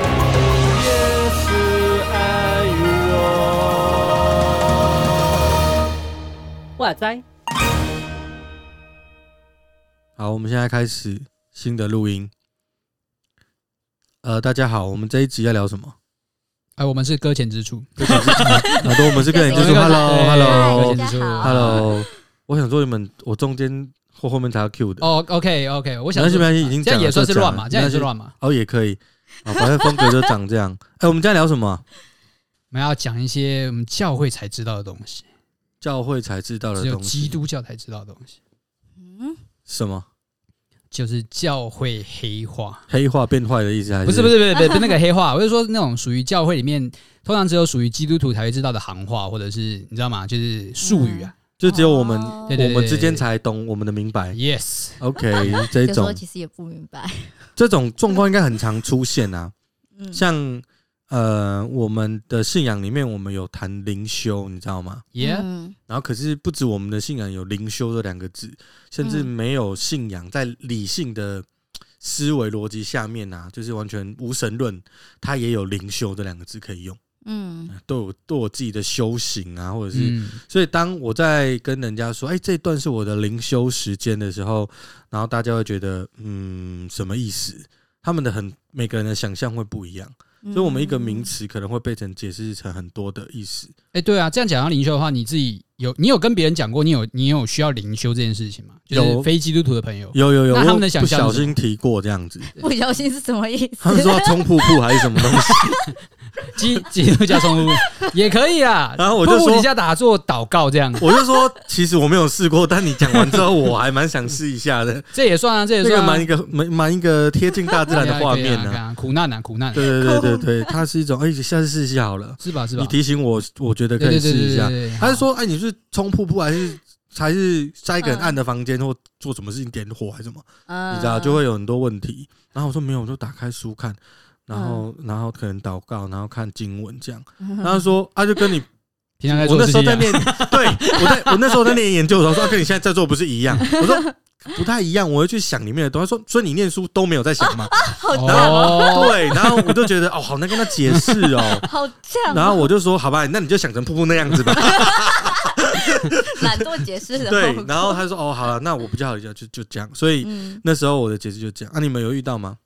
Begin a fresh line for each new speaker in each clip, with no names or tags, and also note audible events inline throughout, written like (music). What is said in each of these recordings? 也是爱我。
哇塞，
好，我们现在开始新的录音。呃，大家好，我们这一集要聊什么？
哎，我们是搁浅之处，
耳朵，我们是个人之助。
对对
Hello，Hello，Hello
对对对对
好
Hello。我想说你们，我中间或后面才要 Q 的。
哦，OK OK，我
没
想
关系，没
说
关系，已经
这
讲
样
了
也算是
就讲
乱
了
嘛，这样也是
没关
乱嘛
系。，哦，也可以。啊，反正风格就长这样。哎，我们今天聊什么啊？
我们要讲一些我们教会才知道的东西，
教会才知道的
只有
东西。
基督教才知道的东西，
嗯，
什么
就是教会黑化。
黑化变坏的意思？还
不
是
是不是不是不是不是那个黑化，我是说那种属于教会里面，通常只有属于基督徒才会知道的行话，或者是你知道吗？就是术语啊。
就只有我们
哦
对对
我们之间才懂我们的明白。
Yes，
OK，这
有时候
种
其实也不明白，
这种状况应该很常出现啊。
嗯，
像呃，我们的信仰里面，我们有谈灵修，你知啊道吗？
耶，
嗯
然后可是不止我们的信仰有灵修这两个字，甚至
嗯
没有信仰，在理性的思维逻辑下面啊，就是完全无神论，它也有灵修这两个字可以用。
嗯
对我对我自己的修行啊，或者是
嗯，
所以，当我在跟人家说“哎、这一段是我的灵修时间”的时候，然后大家会觉得，嗯，什么意思？他们的很每个人的想象会不一样，
嗯，
所以我们一个名词可能会被成解释成很多的意思。
哎，对啊，这样讲到灵修的话，你自己有你有跟别人讲过，你有你有需要灵修这件事情吗？就
有
是非基督徒的朋友，
有有有，
那
我
他们的想
不
象是
小
什么
心提过这样
(laughs)
子，
不小心是什么意思？
他们说要冲瀑布还是什么东
(laughs)
西，
基基督教冲突也可以啦。
然后我就
瀑布底
说，
下打坐祷告这样，
我就说，其实我没有试过，但你讲完之后，我还蛮想试一下
(laughs)
的，
这也算啊，这也
那
算
个
啊、
蛮一个蛮蛮一个贴近大自然的画面
可以啊可以 (laughs)
啊。
啊苦难啊，苦难啊，
对对对对对，它是一种，哎、下次试一下好了。
是吧？是吧
你？提醒我，我觉得
对
可
对
以
对
试
对
一
对
下。
对，
他是
好
说，哎，你是冲瀑布还是还是塞一个很
嗯
暗的房间，或做什么事情点火还是什么？
(laughs) 嗯
你知道
(laughs)
就会有很多问题。然后我说没有，我就打开书看，然后然后可能祷告，然后看经文这样。然后他说啊，就
(laughs)
跟你
平常在
我
做
那
事
时候
情
在
啊，
念，
(laughs)
对我在我那时候在念研究的时候说，啊跟你现在在做不是一样？我说。不太一样，我会去想里面的东西。他说，所以你念书都没有在想吗？
哦，
对，然后我就觉得哦，好难跟他解释 (laughs) 哦。
好像
然后我就说，好吧，那你就想成瀑布那样 (laughs) 子吧。
懒惰解释的
对，然后他说：“哦，好了，那我比较好理解，就就这样。”所以、
嗯
那时候我的解释就这样。啊，你们有遇到吗？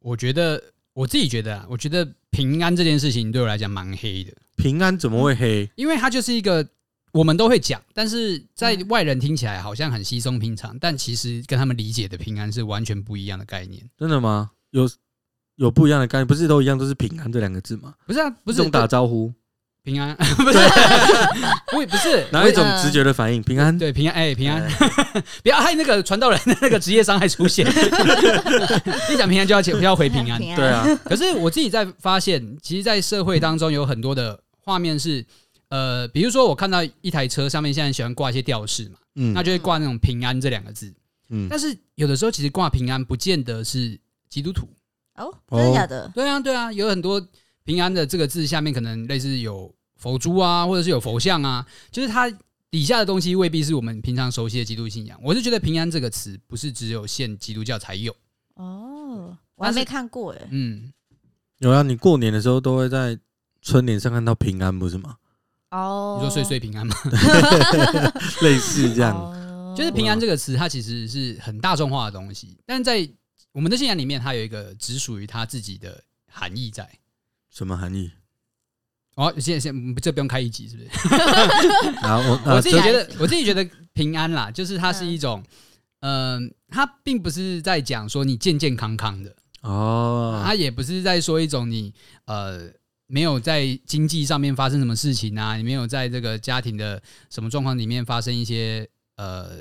我觉得我自己觉得啊，我觉得平安这件事情对我来讲蛮黑的，
平安怎么会黑？
因为它就是一个。我们都会讲，但是在外人听起来好像很稀松平常，但其实跟他们理解的平安是完全不一样的概念。
真的吗？有有不一样的概念，不是都一样都是平安这两个字吗？
不是啊，不
一
是
种打招呼，
平安， (laughs) 不是，我也不是，
哪一种
嗯
直觉的反应？平安，
对，平安，哎、平安， (laughs) 不要哎害那个传道人的那个职业伤害出现。 (laughs) 一讲平安就要就要回平安。
平安
对
(laughs)
啊，
可是我自己在发现，其实，在社会当中有很多的画面是，呃，比如说我看到一台车上面现在喜欢挂一些吊饰嘛，
嗯
那就会挂那种平安这两个字。
嗯，
但是有的时候其实挂平安不见得是基督徒。
哦，真的假的？
对啊，对啊，有很多平安的这个字下面可能类似有佛珠啊，或者是有佛像啊，就是它底下的东西未必是我们平常熟悉的基督信仰。我是觉得平安这个词不是只有现基督教才有，
哦，我还没看过哎，
嗯，
有啊，你过年的时候都会在春联上看到平安，不是
(laughs)
吗？
哦，
你说岁岁平安嘛，
类似这样，
样
就是平安这个词它其实是很大众化的东西，但在我们的信仰里面，它有一个只属于它自己的含义在。
什么含义？
哦，现在现在这不用开一集是不是？
然后我
我
啊，
自己
这
觉得
这，
我自己觉得平安啦， (laughs) 就是它是一种，嗯、它并不是在讲说你健健康康的，
哦，
它也不是在说一种你呃没有在经济上面发生什么事情啊，你没有在这个家庭的什么状况里面发生一些呃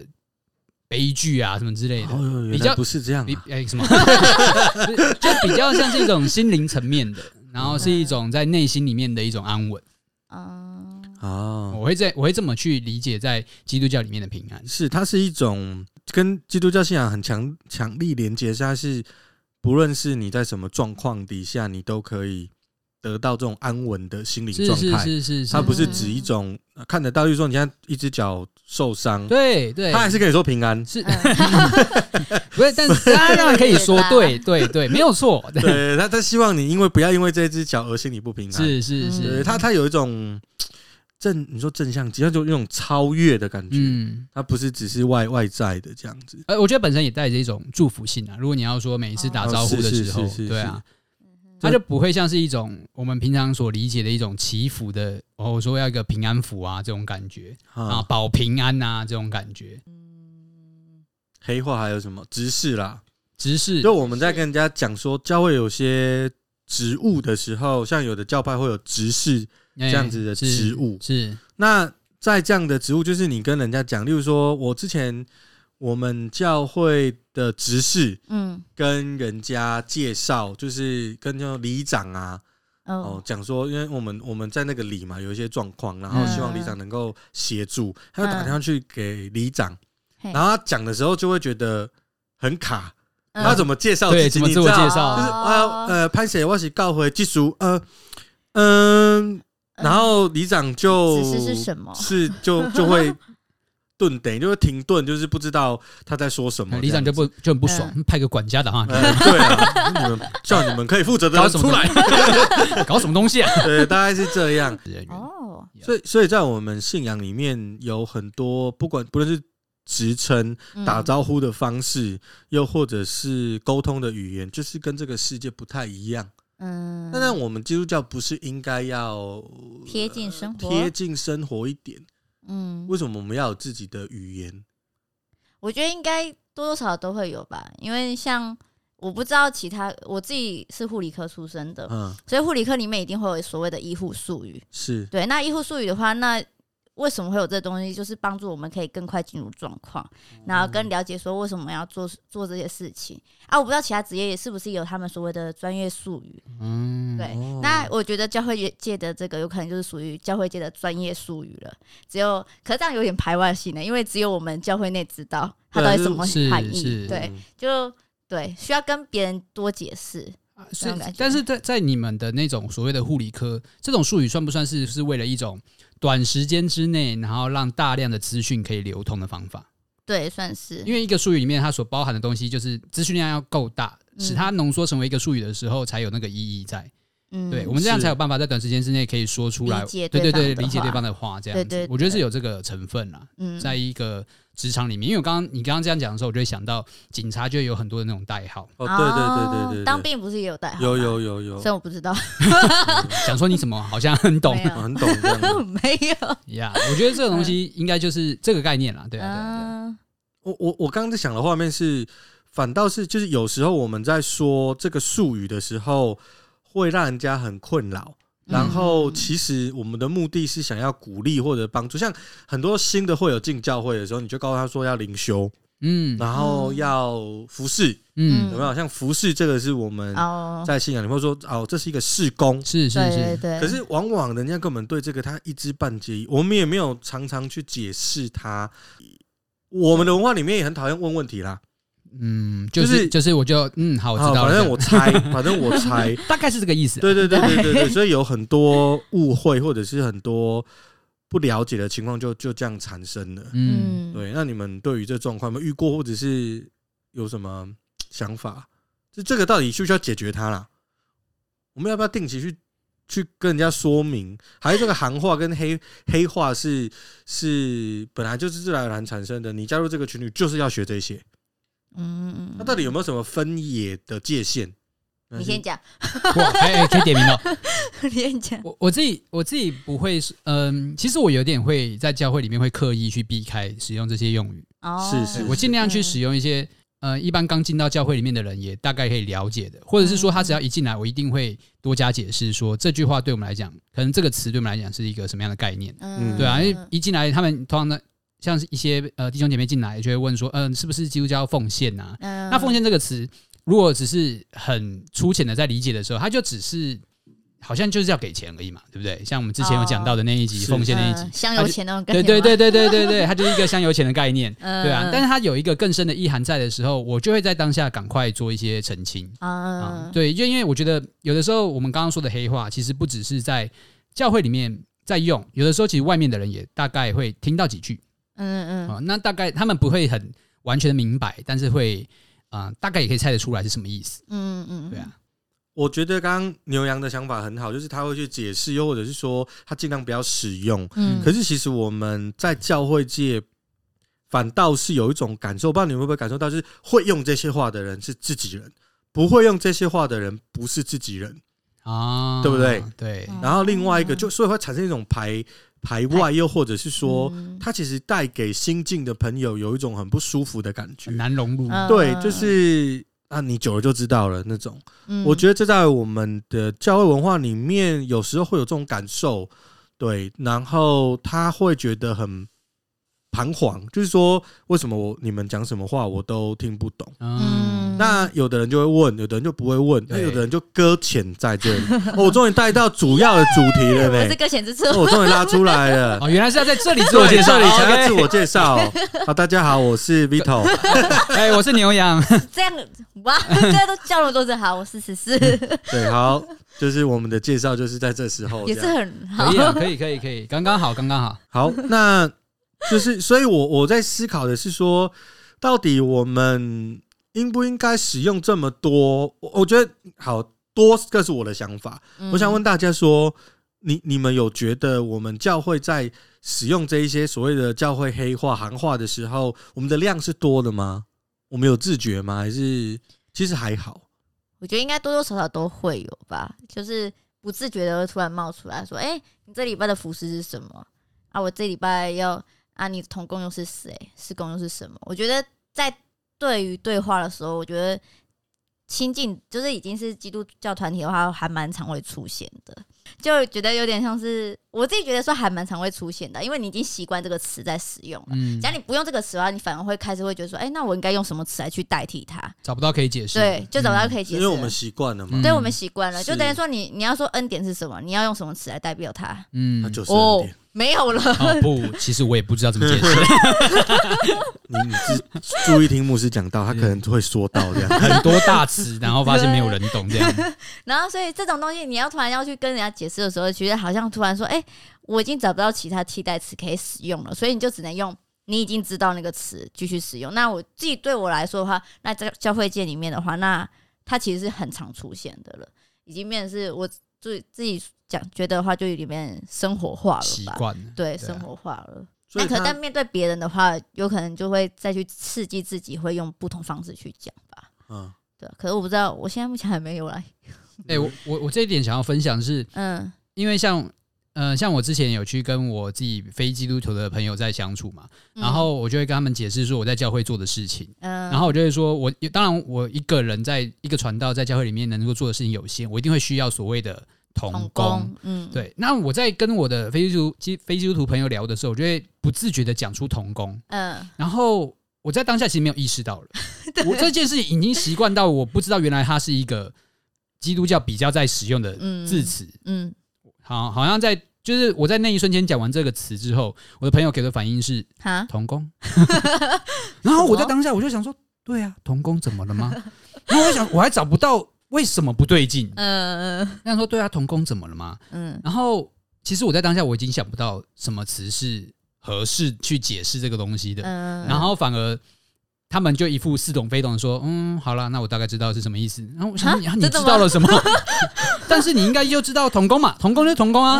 悲剧啊什么之类的。
哦，原
比
来
较
不是这样
比
啊，
哎、什么， (laughs) 不是就比较像是一种心灵层面的，然后是一种在内心里面的一种安稳。
啊，
哦，
我会这我会这么去理解在基督教里面的平安。
是，它是一种跟基督教信仰很强强力连接，它是不论是你在什么状况底下，你都可以得到这种安稳的心理
是
状
是
态。
是是是
它，不是指一种呃看得到，就是说你现在一只脚受伤，
对对，
它还是可以说平安。
是
嗯
(laughs) 不是？但是当然可以说
对
对对对，没有错，
(laughs)
对
对，它它希望你因为不要因为这只脚而心里不平安。
是
对，
是是，
它它有一种正你说正向，只要就有一种超越的感觉。
嗯。
它不是只是外外在的这样子。
呃，我觉得本身也带着一种祝福性啊。如果你要说每一次打招呼的时候，
哦是是是是
对啊，它就不会像是一种我们平常所理解的一种祈福的，哦，我说要一个平安符啊这种感觉啊，
啊，
保平安啊这种感觉，
黑话还有什么直视啦？
只是
就我们在跟人家讲说教会有些职务的时候，像有的教派会有执事
这
这样子的职务。
哎是
那在这样的职务，就是你跟人家讲，例如说，我之前我们教会的执事
嗯
跟人家介绍，就是跟那种里长啊，哦，讲说，因为我们我们在那个里嘛，有一些状况，然后希望里长能够协助，他就打电话去给里长，
嘿
然后他讲的时候就会觉得很卡，
嗯
他怎么介绍
对
自己？
怎么
你知
自我介
道，
绍
就是
哦
啊呃，潘姐，我是告回技术，呃嗯，
嗯
然后里长就
指示是什么
是就就会顿等，就会停顿，就是不知道他在说什么。
里长就不就很不爽，派个管家打电话
这样子，呃对啊，你们叫你们可以负责的
搞
人
什
出
么
来，
来， (laughs) 搞什么东西啊？
对，大概是这样。
(laughs)
人员
哦，
所以，所以在我们信仰里面有很多，不管不论是职称、
嗯
打招呼的方式，又或者是沟通的语言，就是跟这个世界不太一样。
嗯，
那、但我们基督教不是应该要呃
贴近生活，
贴近生活一点？
嗯，
为什么我们要有自己的语言？
我觉得应该多多少少都会有吧，因为像我不知道其他，我自己是护理科出身的，
嗯，
所以护理科里面一定会有所谓的医护术语。
是
对，那医护术语的话，那为什么会有这东西？就是帮助我们可以更快进入状况，然后更了解说为什么要做做这些事情啊。我不知道其他职业是不是有他们所谓的专业术语。
嗯，
对
哦
那我觉得教会界的这个有可能就是属于教会界的专业术语了。只有，可是这样有点排外性的，因为只有我们教会内知道它到底什么
对
含
是
义。
是
嗯
对，，就对，需要跟别人多解释。
啊
那
是
种感，觉
但是在在你们的那种所谓的护理科，这种术语算不算是是为了一种短时间之内，然后让大量的资讯可以流通的方法？
对，算是
因为一个术语里面它所包含的东西，就是资讯量要够大，
嗯
使它浓缩成为一个术语的时候，才有那个意义在。
嗯，
对我们这样
是
才有办法在短时间之内可以说出来，
理解
对
对方
对，
的
理解对
话
方的话，这样
对
子，
对
我觉得
对
是有这个成分啦。
嗯
在一个职场里面，因为我刚刚你刚刚这样讲的时候，我就会想到警察就会有很多的那种代号，
哦，对对对
哦
对对对，
当兵不是也有代号吗？
有有有有
虽，然我不知道，
想说你怎么好像很 (laughs) 懂
没
我
有，
很懂这样
(laughs)
子。
没有，
呀我觉得这个东西应该就是这个概念啦，对啊，对啊，对啊
嗯
我我我刚刚在想的画面是，反倒是就是有时候我们在说这个术语的时候，会让人家很困扰。然
嗯
后，其实我们的目的是想要鼓励或者帮助，像很多新的会有进教会的时候，你就告诉他说要灵修，
嗯
然后要服侍，
嗯，
有没有？像服侍这个是我们
哦，
在信仰里面说哦，这是一个事工，
是是
对对
是，
对，
可是往往人家根本对这个他一知半解，我们也没有常常去解释它。我们的文化里面也很讨厌问问题啦，
嗯，就
就是
是就是，我就嗯，好，我知道
好
了，
反
这
正
样
我猜， (laughs) 反正我
(laughs)
猜，
大概是这个意思啊，
对对对对对
(laughs)
对，所以有很多误会或者是很多不了解的情况就就这样产生了。
嗯，
对，那你们对于这状况有没有遇过，或者是有什么想法？就这个到底需不需要解决它啦？我们要不要定期去去跟人家说明？还是这个行话跟黑黑话是是本来就是自然而然产生的？你加入这个群体就是要学这些，
嗯，嗯
那到底有没有什么分野的界限？
你先讲， (laughs)
哇，哎哎，可以点名了，
你先讲，
我我自己我自己不会是，嗯，其实我有点会在教会里面会刻意去避开使用这些用语，
哦，
是是
我尽量去
嗯
使用一些。呃，一般刚进到教会里面的人也大概可以了解的，或者是
嗯
说他只要一进来，我一定会多加解释说这句话对我们来讲，可能这个词对我们来讲是一个什么样的概念。
嗯
对啊，因为
嗯
一进来他们通常呢，像是一些呃弟兄姐妹进来就会问说，嗯、是不是基督教奉献呐、
嗯
那奉献这个词，如果只是很粗浅的在理解的时候，它就只是好像就是要给钱而已嘛，对不对？像我们之前有讲到的那一集
哦是
奉献那一集
嗯，香
它
油
就
钱那种概
对
念，
对，对对对对
(laughs)
对，它就是一个香油钱的概念，
嗯
对啊。但是它有一个更深的意涵在的时候，我就会在当下赶快做一些澄清啊、
啊，
对，就因为我觉得有的时候我们刚刚说的黑话，其实不只是在教会里面在用，有的时候其实外面的人也大概会听到几句
嗯
啊、
嗯
那大概他们不会很完全的明白，但是会啊、大概也可以猜得出来是什么意思，
嗯嗯，
对啊。
我觉得刚刚牛羊的想法很好，就是他会去解释，又或者是说他尽量不要使用。
嗯，
可是其实我们在教会界，反倒是有一种感受，不知道你会不会感受到，就是会用这些话的人是自己人，不会用这些话的人不是自己人。
啊，
对不对？
对，
嗯
然后另外一个就所以会产生一种排排外，又或者是说，
嗯
他其实带给新进的朋友有一种很不舒服的感觉
很。难融入。
嗯
对，就是啊，你久了就知道了那种。
嗯
我觉得这在我们的教会文化里面，有时候会有这种感受，对，然后他会觉得很彷徨，就是说为什么我你们讲什么话我都听不懂。
嗯，
那有的人就会问，有的人就不会问，那
对
有的人就搁浅在这
(laughs)
里。哦，我终于带到主要的主题了
我
呢
是，个显之处，
哦我终于拉出来
(laughs)
了。
哦，原来是要在这里自我介绍，哦
对这里才
OK
要自我介绍。好，大家好，我是 Vito。
(laughs)
哎，我是
(laughs)
牛羊，
这样哇，大家都叫了都是好，我是十四，
嗯对，好，就是我们的介绍就是在这时候这
也
样，
是很好
可以，啊，可以，可以，可以，刚刚好，刚刚好。
(laughs)
好，那就是，所以我我在思考的是说，到底我们应不应该使用这么多？我我觉得好多，这是我的想法。
嗯
我想问大家说，你你们有觉得我们教会在使用这一些所谓的教会黑话、行话的时候，我们的量是多的吗？我们有自觉吗？还是其实还好？
我觉得应该多多少少都会有吧，就是不自觉的会突然冒出来说：“哎、你这礼拜的服饰是什么？啊，我这礼拜要啊，你同工又是谁？施工又是什么？”我觉得在对于对话的时候，我觉得亲近就是已经是基督教团体的话，还蛮常会出现的，就觉得有点像是我自己觉得说还蛮常会出现的，因为你已经习惯这个词在使用了。
嗯
只，要你不用这个词的话，你反而会开始会觉得说：“哎、那我应该用什么词来去代替它
找不到可以解？”释，
对，就找到
嗯
可以解
因
释了。
为我们习惯了嘛
嗯，
对我们习惯了，就是等于说你你要说恩典是什么，你要用什么词来代表它？
嗯，
那就是
哦
恩典，
没有 (laughs) 了，
哦不，其实我也不知道怎么
(laughs)
解释，
你你注注意听牧师讲到，他可能会说到这样。
很多大词，然后发现没有人懂这
(laughs)
样。
然后所以这种东西你要突然要去跟人家解释的时候，其实好像突然说，哎、我已经找不到其他替代词可以使用了，所以你就只能用你已经知道那个词继续使用。那我自己对我来说的话，那在教会界里面的话，那它其实是很常出现的了，已经变成是我自自己讲觉得的话，就有点生活化
习
了吧？
惯了，对
对，
啊
生活化了。
所
那
以
可能
他
但面对别人的话，有可能就会再去刺激自己，会用不同方式去讲吧。
嗯，
对啊，可是我不知道，我现在目前还没
(laughs)
有来。
哎，我我我这一点想要分享是，
嗯
因为像呃，像我之前有去跟我自己非基督徒的朋友在相处嘛，
嗯
然后我就会跟他们解释说我在教会做的事情。
嗯，
然后我就会说，我当然我一个人在一个传道在教会里面能够做的事情有限，我一定会需要所谓的同
同
工。
工，嗯，
对，那我在跟我的非基督基非基督徒朋友聊的时候，我就会不自觉的讲出同工，
嗯，
然后我在当下其实没有意识到了，我这件事已经习惯到我不知道原来它是一个基督教比较在使用的
嗯
字词，
嗯
好，好像在就是我在那一瞬间讲完这个词之后，我的朋友给的反应是
哈，
童工。然后我在当下我就想说，对啊，童工怎么了吗？然后我想我还找不到为什么不对劲。
嗯
那样说对啊，童工怎么了吗？
嗯
然后其实我在当下我已经想不到什么词是合适去解释这个东西的，
嗯，
然后反而。他们就一副似懂非懂的说：“嗯，好啦，那我大概知道是什么意思。”然后我想说，
哈
啊你
真
知
的吗
道了什么？
(laughs)
但是你应该就知道童工嘛，童工就童工啊。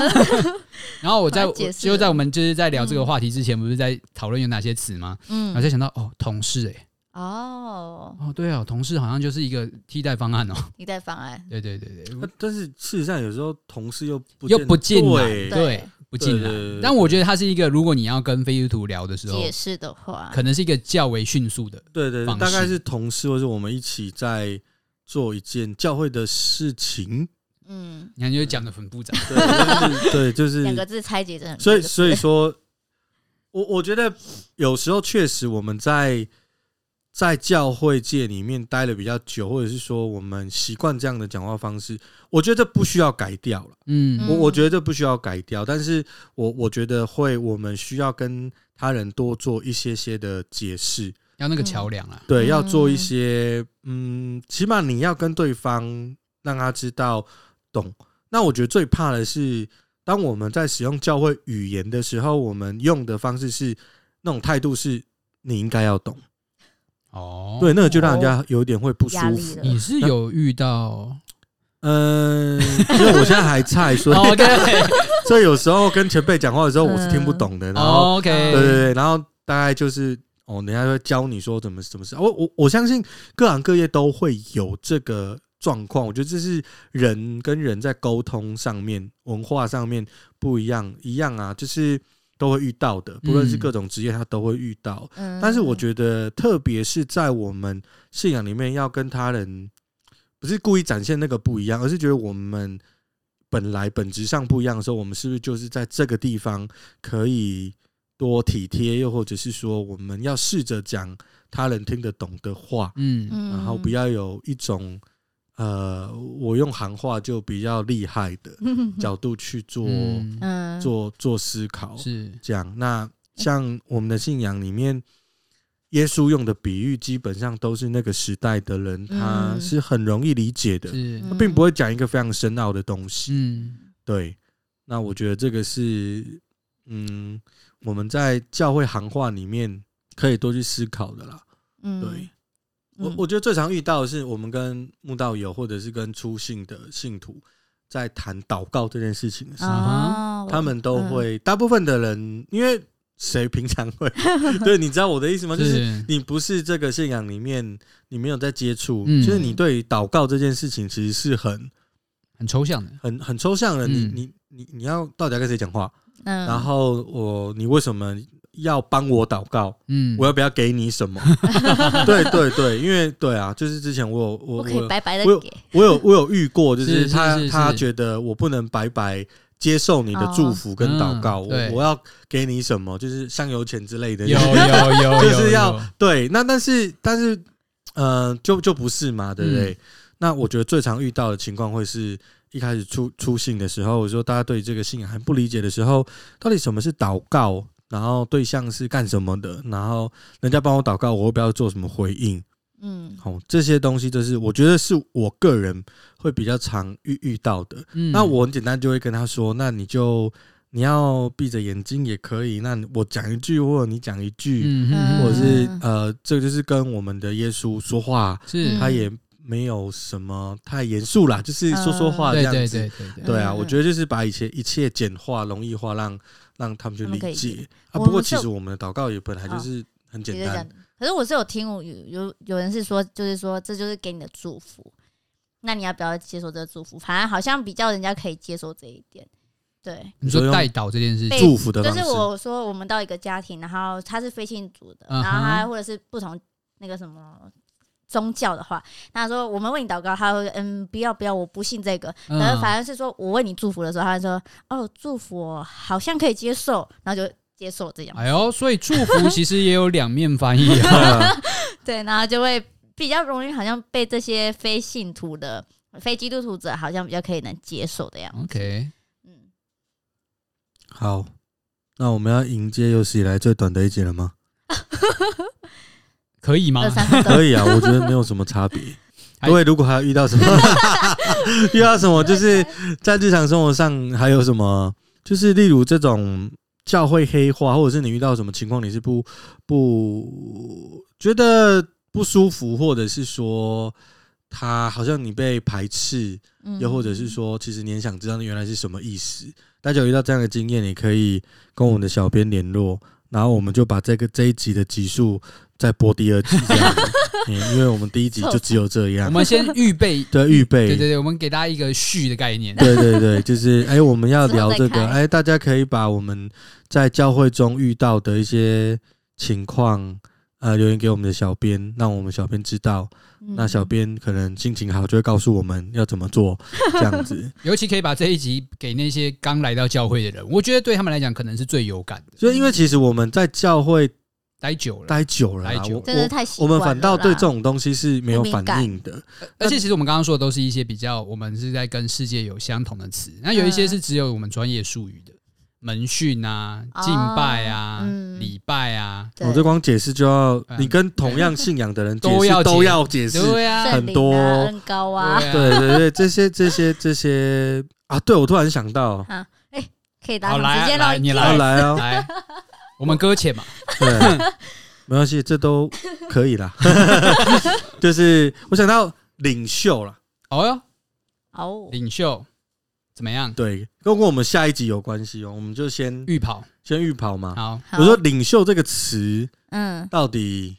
(laughs) 然后我在
把它嗯解释
就在我们就是在聊这个话题之前，不是在讨论有哪些词吗？然后
嗯
才想到哦，同事哎、
哦，
哦对哦，同事好像就是一个替代方案哦，
替代方案，
对对对对，
那但是事实上，有时候同事又不
又
见
不进来，
对
对，不进
对对对
来
对。
但我觉得它是一个，如果你要跟非基督徒聊的时候
解，释的话，
可能是一个较为迅速的，
对对
方
对，
式
大概是同事或者我们一起在做一件教会的事情，
嗯，
你看就讲的很复杂，
对，就是对，就是
两个字拆解真的很
所以
快
所以说，我我觉得有时候确实我们在在教会界里面待了比较久，或者是说我们习惯这样的讲话方式，我觉得这不需要改掉了。
嗯
我我觉得这不需要改掉，但是我我觉得会，我们需要跟他人多做一些些的解释，
要那个桥梁啊啦。
对，要做一
嗯
些，嗯，起码你要跟对方让他知道懂。那我觉得最怕的是，当我们在使用教会语言的时候，我们用的方式是那种态度是你应该要懂，
哦，
嗯对，，那个就让人家有点会不舒
压力
服
了。
你是有遇到
嗯， (laughs) 因为我现在还菜，所
哦
以
哦 OK
所以有时候跟前辈讲话的时候，我是听不懂 (laughs)
嗯
的，然后
哦 OK，
对对对，然后大概就是哦，人家会教你说怎么怎么是，我我我相信各行各业都会有这个状况。我觉得这是人跟人在沟通上面、文化上面不一样，一样啊，就是都会遇到的，不论是
嗯
各种职业，他都会遇到。
嗯
但是我觉得，特别是在我们信仰里面，要跟他人不是故意展现那个不一样，而是觉得我们本来本质上不一样的时候，我们是不是就是在这个地方可以多体贴，又或者是说，我们要试着讲他人听得懂的话，
嗯，
嗯，
然后不要有一种呃，我用行话就比较厉害的角度去做
嗯
嗯
做做思考，
是
这样。那像我们的信仰里面，耶稣用的比喻基本上都是那个时代的人，他
嗯
是很容易理解的，
是，
他并不会讲一个非常深奥的东西。
嗯
对，那我觉得这个是，嗯，我们在教会行话里面可以多去思考的啦。
嗯
对，我
嗯
我觉得最常遇到的是，我们跟慕道友或者是跟出信的信徒在谈祷告这件事情的时候，
哦
他们都会，大部分的人，因为谁平常
(laughs)
会？对，你知道我的意思吗？就是
是
你不是这个信仰里面，你没有在接触，
嗯
就是你对于祷告这件事情其实是很、
很抽象的，
很、很抽象的。你、
嗯
你、你、你要到底要跟谁讲话？
嗯
然后我，你为什么要帮我祷告？
嗯，
我要不要给你什么？ (laughs) 对对对，因为对啊，就是之前我有我
不
我
可以
有
白白的
我有
给，
我有我有遇过，就是是
是
他
是
他
是
觉得我不能白白接受你的祝福跟祷告，
哦嗯
我我要给你什么，就是香油钱之类的，
有有有，
就
有
是
有
要 (laughs) 对。那但是但是，呃，就就不是嘛，对不对？
嗯
那我觉得最常遇到的情况会是一开始出出信的时候，我说大家对这个信仰还不理解的时候，到底什么是祷告？然后对象是干什么的？然后人家帮我祷告，我会不要做什么回应？
嗯
好、这些东西就是我觉得是我个人会比较常遇遇到的。
嗯
那我很简单就会跟他说，那你就你要闭着眼睛也可以，那我讲一句或者你讲一句，
嗯嗯
或者是
嗯
呃，这个就是跟我们的耶稣说话，
是
嗯
他也没有什么太严肃啦，就是说说话这
对
样
对
子。
对对对，
对啊，
嗯
我觉得就是把一切一切简化、容易化，让让他们去
他们可以
理解
理
啊。
我
不过
们
其
是
实我们的祷告也本来就
哦
是很简
也是这
单
样，的。可是我是有听有有有人是说，就是说这就是给你的祝福，那你要不要接受这个祝福？反正好像比较人家可以接受这一点，对。
你说带导这件事
被
情，
祝福的
就
方式
是。我说我们到一个家庭，然后他是非信主的，
嗯哼
然后他或者是不同那个什么。宗教的话，那说我们为你祷告，他会嗯不要不要，我不信这个。
嗯
然后反而是说我为你祝福的时候，他就说哦祝福哦好像可以接受，然后就接受这样。
哎呦，所以祝福其实也有两面翻译啊，
(laughs)
对，然后就会比较容易，好像被这些非信徒的、非基督徒者，好像比较可以能接受的样子。
OK，
嗯，
好，那我们要迎接有史以来最短的一集了吗？
可以吗
二？三分
可
钟，
以啊，我觉得没有什么差别。
还
各位如果还有遇到什么，遇到什么，就是在日常生活上还有什么，就是例如这种教会黑化，或者是你遇到什么情况，你是不不觉得不舒服，或者是说他好像你被排斥，
嗯
又或者是说，其实你很想知道那原来是什么意思。大家有遇到这样的经验，也可以跟我们的小编联络，然后我们就把这个这一集的集数再播第二集这样
(laughs)
子、嗯因为我们第一集就只有这
我
样。
们先预备，
对，预备，
对对对，我们给大家一个序的概念，
对对对，就是哎、我们要聊这
之后
个，
再开
哎、大家可以把我们在教会中遇到的一些情况，呃，留言给我们的小编，让我们小编知道。
嗯
那小编可能心情好，就会告诉我们要怎么做，这样子。
尤其可以把这一集给那些刚来到教会的人，我觉得对他们来讲可能是最有感的。
就因为其实我们在教会
待久了，
待久了啦
待，久
我
真的
我
太习
我
惯
们
了啦。
反倒对这种东西是没有
不敏
反
感
应的。
而且其实我们刚刚说的都是一些比较，我们是在跟世界有相同的词，那有一些是只有我们专业术语的，门训啊、
哦
敬拜啊、
嗯
礼拜啊，
对
我这光解释就要
嗯
你跟同样信仰的人解
都要
释
解
都要解释，
对啊，
很
圣灵啊
多
恩高啊，
对
对
啊，
对对，这些这些这些啊！对我突然想到，
可以打
好
赏
来
时
啊
间
来，
了，
你
要
来
来
(laughs)
哦，
来，我们搁浅嘛，
对，没关系，这都可以啦。就是我想到领袖啦，
哦哟，
哦，
领袖怎么样？
对，跟我们下一集有关系哦。我们就先
预跑
先预跑嘛。
好，
好
我说“领袖”这个词
嗯
到底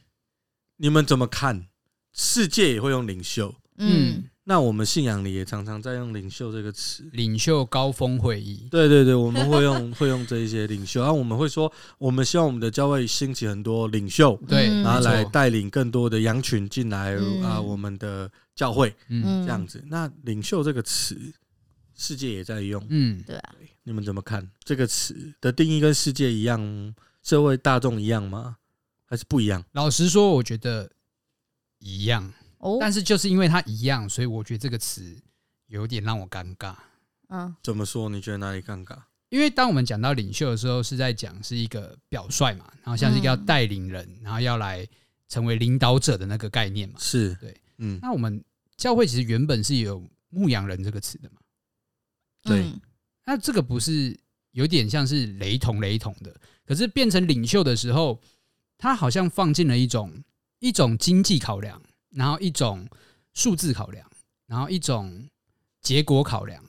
你们怎么看？世界也会用领袖，
嗯，
那我们信仰里也常常在用“领袖”这个词。
领袖高峰会议，
对对对，我们会用会用这一些领袖，然后我们会说，我们希望我们的教会兴起很多领袖，
对，
嗯
然后
没
来
错
带领更多的羊群进来
嗯
啊，我们的教会
嗯
这
这
样子。那“领袖”这个词，世界也在用，
嗯，
对啊，
你们怎么看？这个词的定义跟世界一样，社会大众一样吗？还是不一样？
老实说，我觉得一样，
哦，
但是就是因为它一样，所以我觉得这个词有点让我尴尬。
嗯
怎么说？你觉得哪里尴尬？
因为当我们讲到领袖的时候，是在讲是一个表率嘛，然后像是一个要带领人，然后要来成为领导者的那个概念嘛。
是
对，
嗯，
那我们教会其实原本是有牧羊人这个词的嘛，
对
嗯
那这个不是有点像是雷同雷同的，可是变成领袖的时候，他好像放进了一种一种经济考量，然后一种数字考量，然后一种结果考量。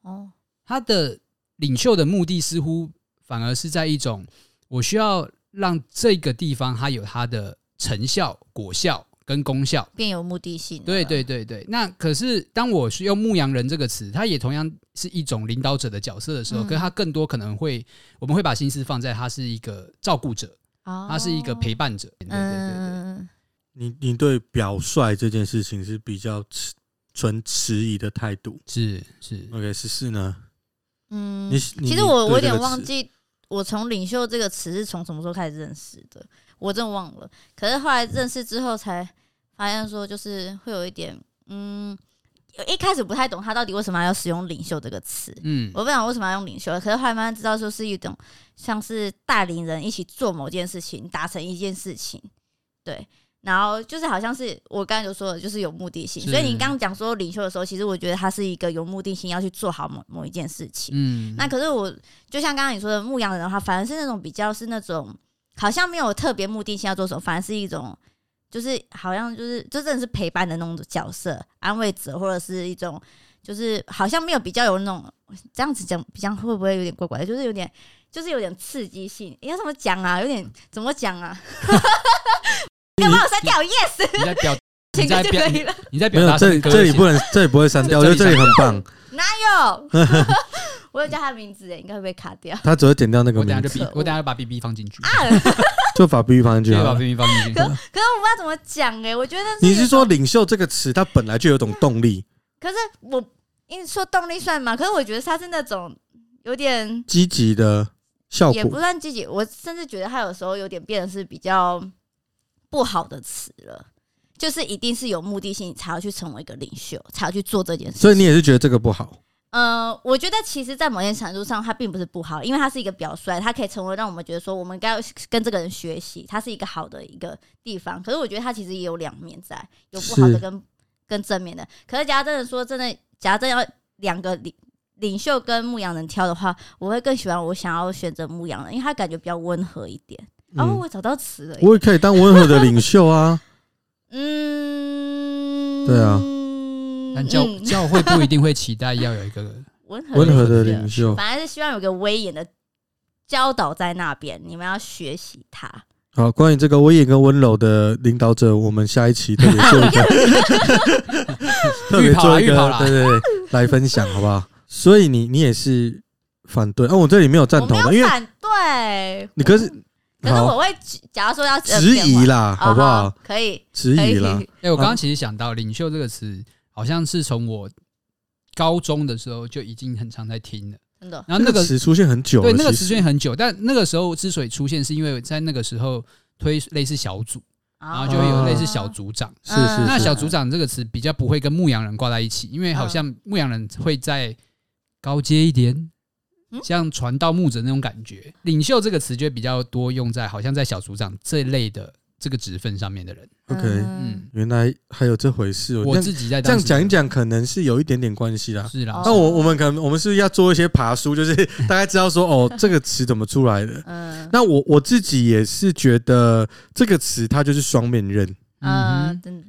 哦，
他的领袖的目的似乎反而是在一种我需要让这个地方它有它的成效、果效跟功效。
变有目的性，
对，对对对，那可是当我是用“牧羊人”这个词，它也同样是一种领导者的角色的时候，
嗯
可是他更多可能会，我们会把心思放在他是一个照顾者，
哦，
他是一个陪伴者。对对对对，
嗯，
你你对表率这件事情是比较持存迟疑的态度。
是是，
OK，十四呢？
嗯
你你
其实我
你
我有
对这
点
个
忘
词
记，我从“领袖”这个词是从什么时候开始认识的，我真的忘了。可是后来认识之后，才发现说，就是会有一点，嗯，一开始不太懂他到底为什么要使用“领袖”这个词。
嗯
我不想为什么要用领袖，可是后来慢慢知道，说是一种像是带领人一起做某件事情，达成一件事情，对。然后就是好像是我刚才就说的，就是有目的性。
是
所以你刚刚讲说领袖的时候，其实我觉得他是一个有目的性要去做好某某一件事情。
嗯，
那可是我就像刚刚你说的牧羊人的话，反而是那种比较是那种好像没有特别目的性要做什么，反而是一种就是好像就是就真的是陪伴的那种角色，安慰者或者是一种就是好像没有比较有那种这样子讲，比较会不会有点怪怪的？就是有点就是有点刺激性，应该怎么讲啊？有点怎么讲啊？ (laughs) 干嘛我删掉 yes？
你在
(laughs)
表你
请
在
歌就可
表
以了。
你在
没
表
有，
达
这里
是歌
这里
行
不能，这里不会
(laughs)
删掉，我觉得这里很棒，
哟， (laughs) 我有叫他名字哎，应该会被卡掉。
他只会剪掉那个
我等下
名
就
字，
逼，我等下就把 B B 放进去，
就把 B 放进
对
去
把
好了。
B B 放进去。
(laughs) 可是我不知道怎么讲哎，我觉得这
你
个
是说“领袖”这个词，它本来就有种动力，
可是我，因为说动力算嘛，可是我觉得他是那种有点
积极的效
也不
果？
算积极，我甚至觉得他有时候有点变得是比较不好的词了，就是一定是有目的性才要去成为一个领袖，才要去做这件事情。
所以你也是觉得这个不好？
呃，我觉得其实，在某些程度上，它并不是不好，因为它是一个表率，它可以成为让我们觉得说，我们该跟这个人学习，它是一个好的一个地方。可是我觉得它其实也有两面在，有不好
是
的跟跟正面的。可是假如真的说真的，假如真的要两个领领袖跟牧羊人挑的话，我会更喜欢我想要选择牧羊人，因为他感觉比较温和一点。哦，
嗯，
我找到词了耶，
我也可以当温和的领袖
(laughs)
啊。
嗯，
对啊
但教
嗯
教会不一定会期待要有一个
温和
温和的
领袖
领袖
(laughs) 反正是希望有个威严的教导在那边，你们要学习他。
好，关于这个威严跟温柔的领导者，我们下一期特别做一个，
(laughs)
(laughs) 特别做一
预跑
个
啦，
对对对，来分享好不好？所以你你也是反对，哦，我这里没有赞
我
同
没
的，因
有
为
反对，
你可是
可是
好
我会指假如说要
质疑，啦，好不？
呃变化哦
好？
可以，
质
可
疑
以 (laughs)
啦，
哎、我刚刚其实想到“领袖”这个词，好像是从我高中的时候就已经很常在听了。
真的。
然后那
这
个
词出现很久了，
对那个
其
词
实
出现很久，但那个时候之所以出现，是因为在那个时候推类似小组，
啊
然后就
会
会有类似
嗯
小组长。
是是是，
呃那小组长这个词比较不会跟牧羊人挂在一起，因为好像牧羊人会在高阶一点
嗯，
像传道牧者那种感觉。领袖这个词就会比较多用在好像在小组长这类的这个职分上面的人。
OK
嗯
嗯，
原来还有这回事，
我
这样
自己在
这
当
样
时
讲一讲，可能是有一点点关系啦。
是啦
哦，
啊那我我们可能我们是不是要做一些爬书，就是 (laughs) 大概知道说哦这个词怎么出来的。
嗯
那我我自己也是觉得这个词它就是双面刃，
嗯
嗯，真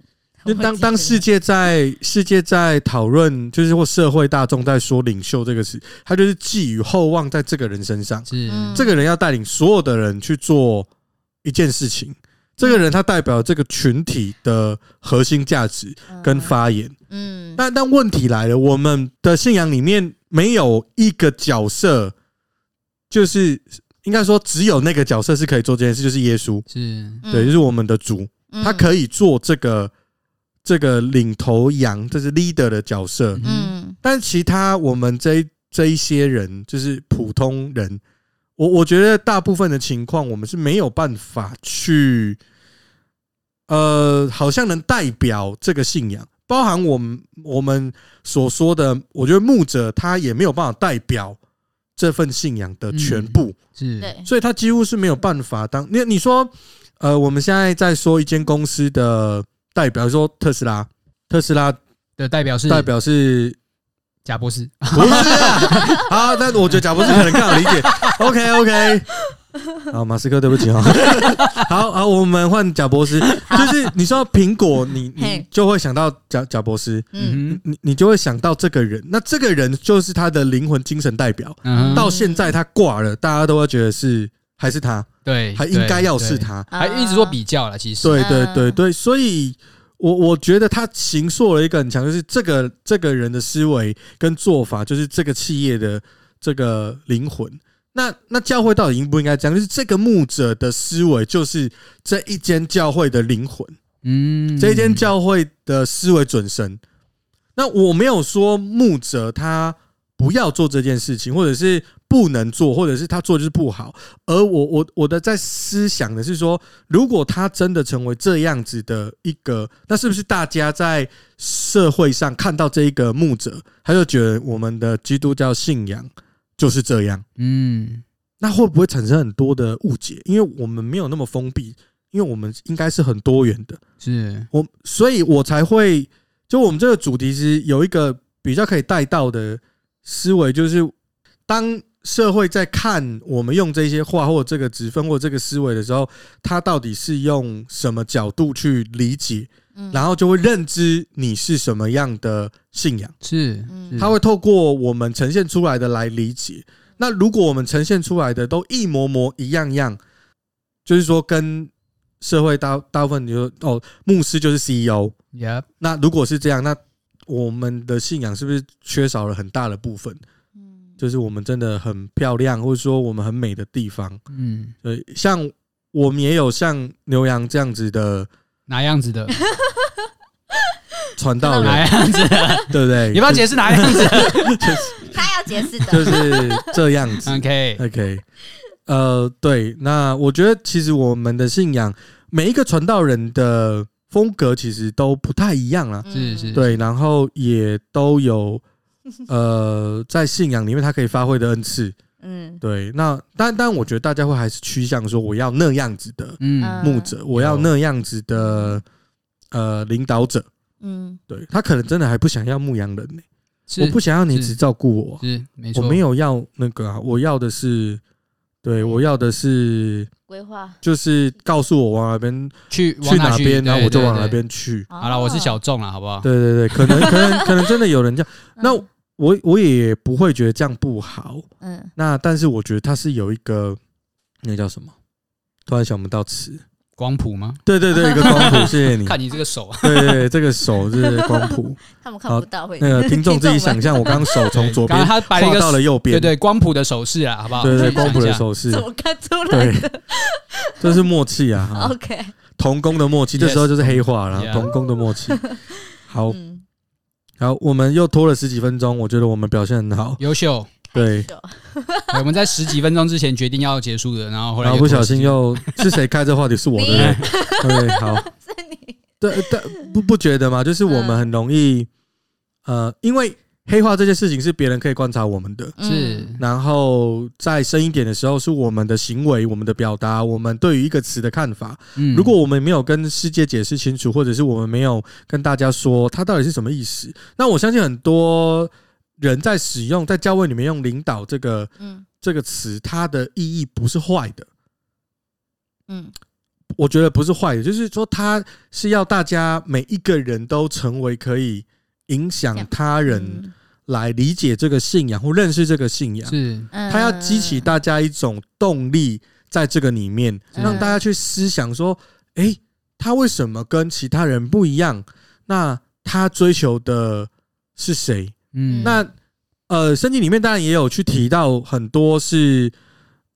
就当当世
界
界在世界在讨论，就是或社会大众在说领袖这个词，它就是寄予厚望在这个人身上，
是
嗯
这个人要带领所有的人去做一件事情，这个人他代表这个群体的核心价值跟，发言。
嗯
但但问题来了，我们的信仰里面没有一个角色，就是应该说只有那个角色是可以做这件事，就是耶稣，
是
嗯
对，就是我们的主，他可以做这个这个领头羊，这是 leader 的角色。
嗯
嗯
但其他我们这一这一些人，就是普通人，我我觉得大部分的情况，我们是没有办法去，呃，好像能代表这个信仰，包含我们我们所说的，我觉得牧者他也没有办法代表这份信仰的全部，
是
对
所以他几乎是没有办法当。你你说，呃，我们现在在说一间公司的代表，说特斯拉，特斯拉
的代表是
代表是
贾博士，
嗯
不是啊，好，但我觉得贾博士可能更好理解。OK OK，好，马斯克，对不起哈、哦。 (laughs) 好好，我们换贾博士，就是你说苹果，你你
嘿
就会想到贾贾博士，
嗯
嗯
你你就会想到这个人，那这个人就是他的灵魂精神代表。
哼嗯哼，
到现在他挂了，大家都会觉得是还是他，
对，
还应该要是
对，
他。
还一直做比较了，其实
对对
嗯
对对，所以我我觉得他行塑了一个很强，就是这个这个人的思维跟做法，就是这个企业的这个灵魂。那那教会到底应不应该这样？就是这个牧者的思维，就是这一间教会的灵魂，
嗯，
这一间教会的思维准绳。那我没有说牧者他不要做这件事情，或者是不能做，或者是他做就是不好。而我我我的在思想的是说，如果他真的成为这样子的一个，那是不是大家在社会上看到这一个牧者，他就觉得我们的基督教信仰就是这样？
嗯
那会不会产生很多的误解？因为我们没有那么封闭，因为我们应该是很多元的。
是
我所以，我才会就我们这个主题是有一个比较可以带到的思维，就是当社会在看我们用这些话或这个职分或这个思维的时候，他到底是用什么角度去理解，
嗯
然后就会认知你是什么样的信仰。
是
嗯，
是
他会透过我们呈现出来的来理解。那如果我们呈现出来的都一模模一样样，就是说跟社会大大部分你说哦，牧师就是 CEO。
Yep，
那如果是这样，那我们的信仰是不是缺少了很大的部分？
嗯
就是我们真的很漂亮，或者说我们很美的地方。
嗯，
对，像我们也有像牛羊这样子的
哪样子的？
传道
(laughs) 哪
人，
样子的？
对 (laughs) 不对？
(laughs) 你要不要解释
(laughs)
哪样子
他要解释
就
的，
是这样子。
(laughs) ？OK，
OK，呃，对，那我觉得其实我们的信仰，每一个传道人的风格其实都不太一样
嗯
啦。
是是
对，然后也都有呃，在信仰里面他可以发挥的恩赐。
嗯
对，那但但我觉得大家会还是趋向说，我要那样子的
嗯
牧者，我要那样子的呃领导者。
嗯
对他可能真的还不想要牧羊人呢、
是
我不想要你
是
只照顾我啊，
是没
我
错，
没有要那个啊，我要的是，对我要的是，
规划，
就是告诉我往哪边
去
去哪边，然后我就往哪。
对对对
边去。
好了，我
哦
是小众了，好不好？
对对对，可能可能可能真的有人这样，
嗯，
那我我也不会觉得这样不好。
嗯
那但是我觉得它是有一个那个叫什么，突然想不到词。
光谱吗？
对对对，一个 (laughs) 光谱，谢谢你。
看你这个手，
对对对，这个手是光 (laughs) 谱，
他们看不到会
那
(laughs)
个听众自己想象，我 (laughs) 刚刚手从左边
刚刚他摆了一
画
个
到了右
对
边，
对光谱的手势啊，好不好？
对对，
想一
光谱的
下
手势
怎，么看出来
对，
(laughs)
这是默契 (laughs) 啊。哈
OK，
童工的默契，这
Yes，
时候就是黑化了。啊
Yeah
童工的默 (laughs) 契，好
嗯，
好，我们又拖了十几分钟，我觉得我们表现很好。
优秀，
对
害羞
对我们在十几分钟之前决定要结束的，然后后来
然后
就
不
拖
小
了
心
时间
又是谁开这话题？是我对不对？ (laughs) 对，好，
是你
对，呃但不不觉得吗？就是我们
嗯
很容易，呃，因为黑化这件事情是别人可以观察我们的，
是
嗯
然后再深一点的时候，是我们的行为、我们的表达、我们对于一个词的看法。
嗯
如果我们没有跟世界解释清楚，或者是我们没有跟大家说它到底是什么意思，那我相信很多人在使用在教会里面用“领导”这个
嗯
这个词，它的意义不是坏的。
嗯
我觉得不是坏的，就是说他是要大家每一个人都成为可以影响他人
嗯
来理解这个信仰或认识这个信仰，
是
嗯
他要激起大家一种动力，在这个里面
嗯
让大家去思想说，诶，他为什么跟其他人不一样？那他追求的是谁？
嗯
那呃，圣经里面当然也有去提到很多是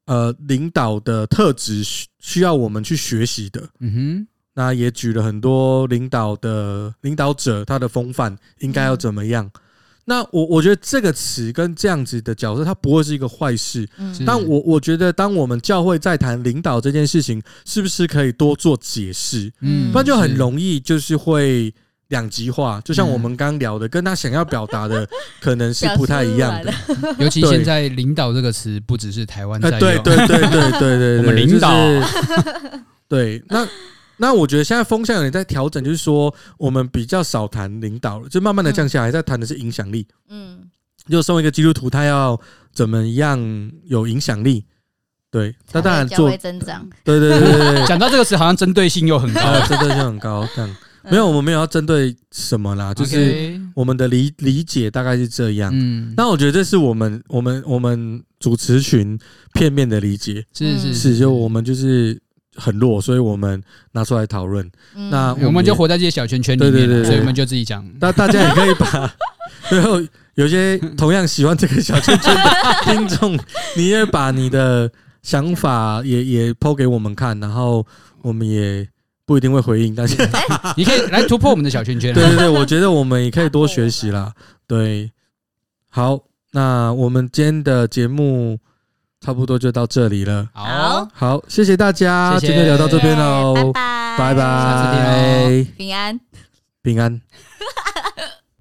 呃领导的特质需需要我们去学习的。
嗯
那也举了很多领导的领导者他的风范应该要怎么样。那我我觉得这个词跟这样子的角色，它不会是一个坏事。
嗯
是
但我我觉得，当我们教会在谈领导这件事情，是不是可以多做解释？
哼嗯，
不然就很
是
容易就是会两极化。就像我们刚聊的，跟他想要表达的可能是不太一样的
(laughs) 表。
尤其
对
现在“领导”这个词不只是台湾在
呃，
用，
对对对对对对对，
(laughs) 我们领导
就是 (laughs) 对，那那我觉得现在风向有点在调整，就是说我们比较少谈领导了，就慢慢的降下来，在谈的是影响力。
嗯
就身为一个基督徒，他要怎么样有影响力？对，那当然
才会教
做
会，增长
对对对
(laughs)
对对，
讲到这个词，好像针对性又很高。
(laughs) 啊，针对性很高，这样
嗯
没有，我们没有要针对什么啦，就是我们的理理解大概是这样。
嗯，
那我觉得这是我们我们我们主持群片面的理解，
是是
是，就我们就是很弱，所以我们拿出来讨论。
嗯
那
哎我们就活在自己的小圈圈里
对对
面
对
啊，
对
所以我们就自己讲。
那大家也可以把
(laughs)
最后有些同样喜欢这个小圈圈
(laughs)
的听众，你也把你的想法也也抛给我们看，然后我们也不一定会回应，但是
嗯
对
你可以来突破我们的小圈圈啊。
(laughs) 啊对对，我觉得我们也可以多学习啦。对，好，那我们今天的节目差不多就到这里了。
好，
好，谢谢大家，
谢谢
今天聊到这边
耶
喽，
拜拜，
拜
下次见
拜
哦，
平安。
平安。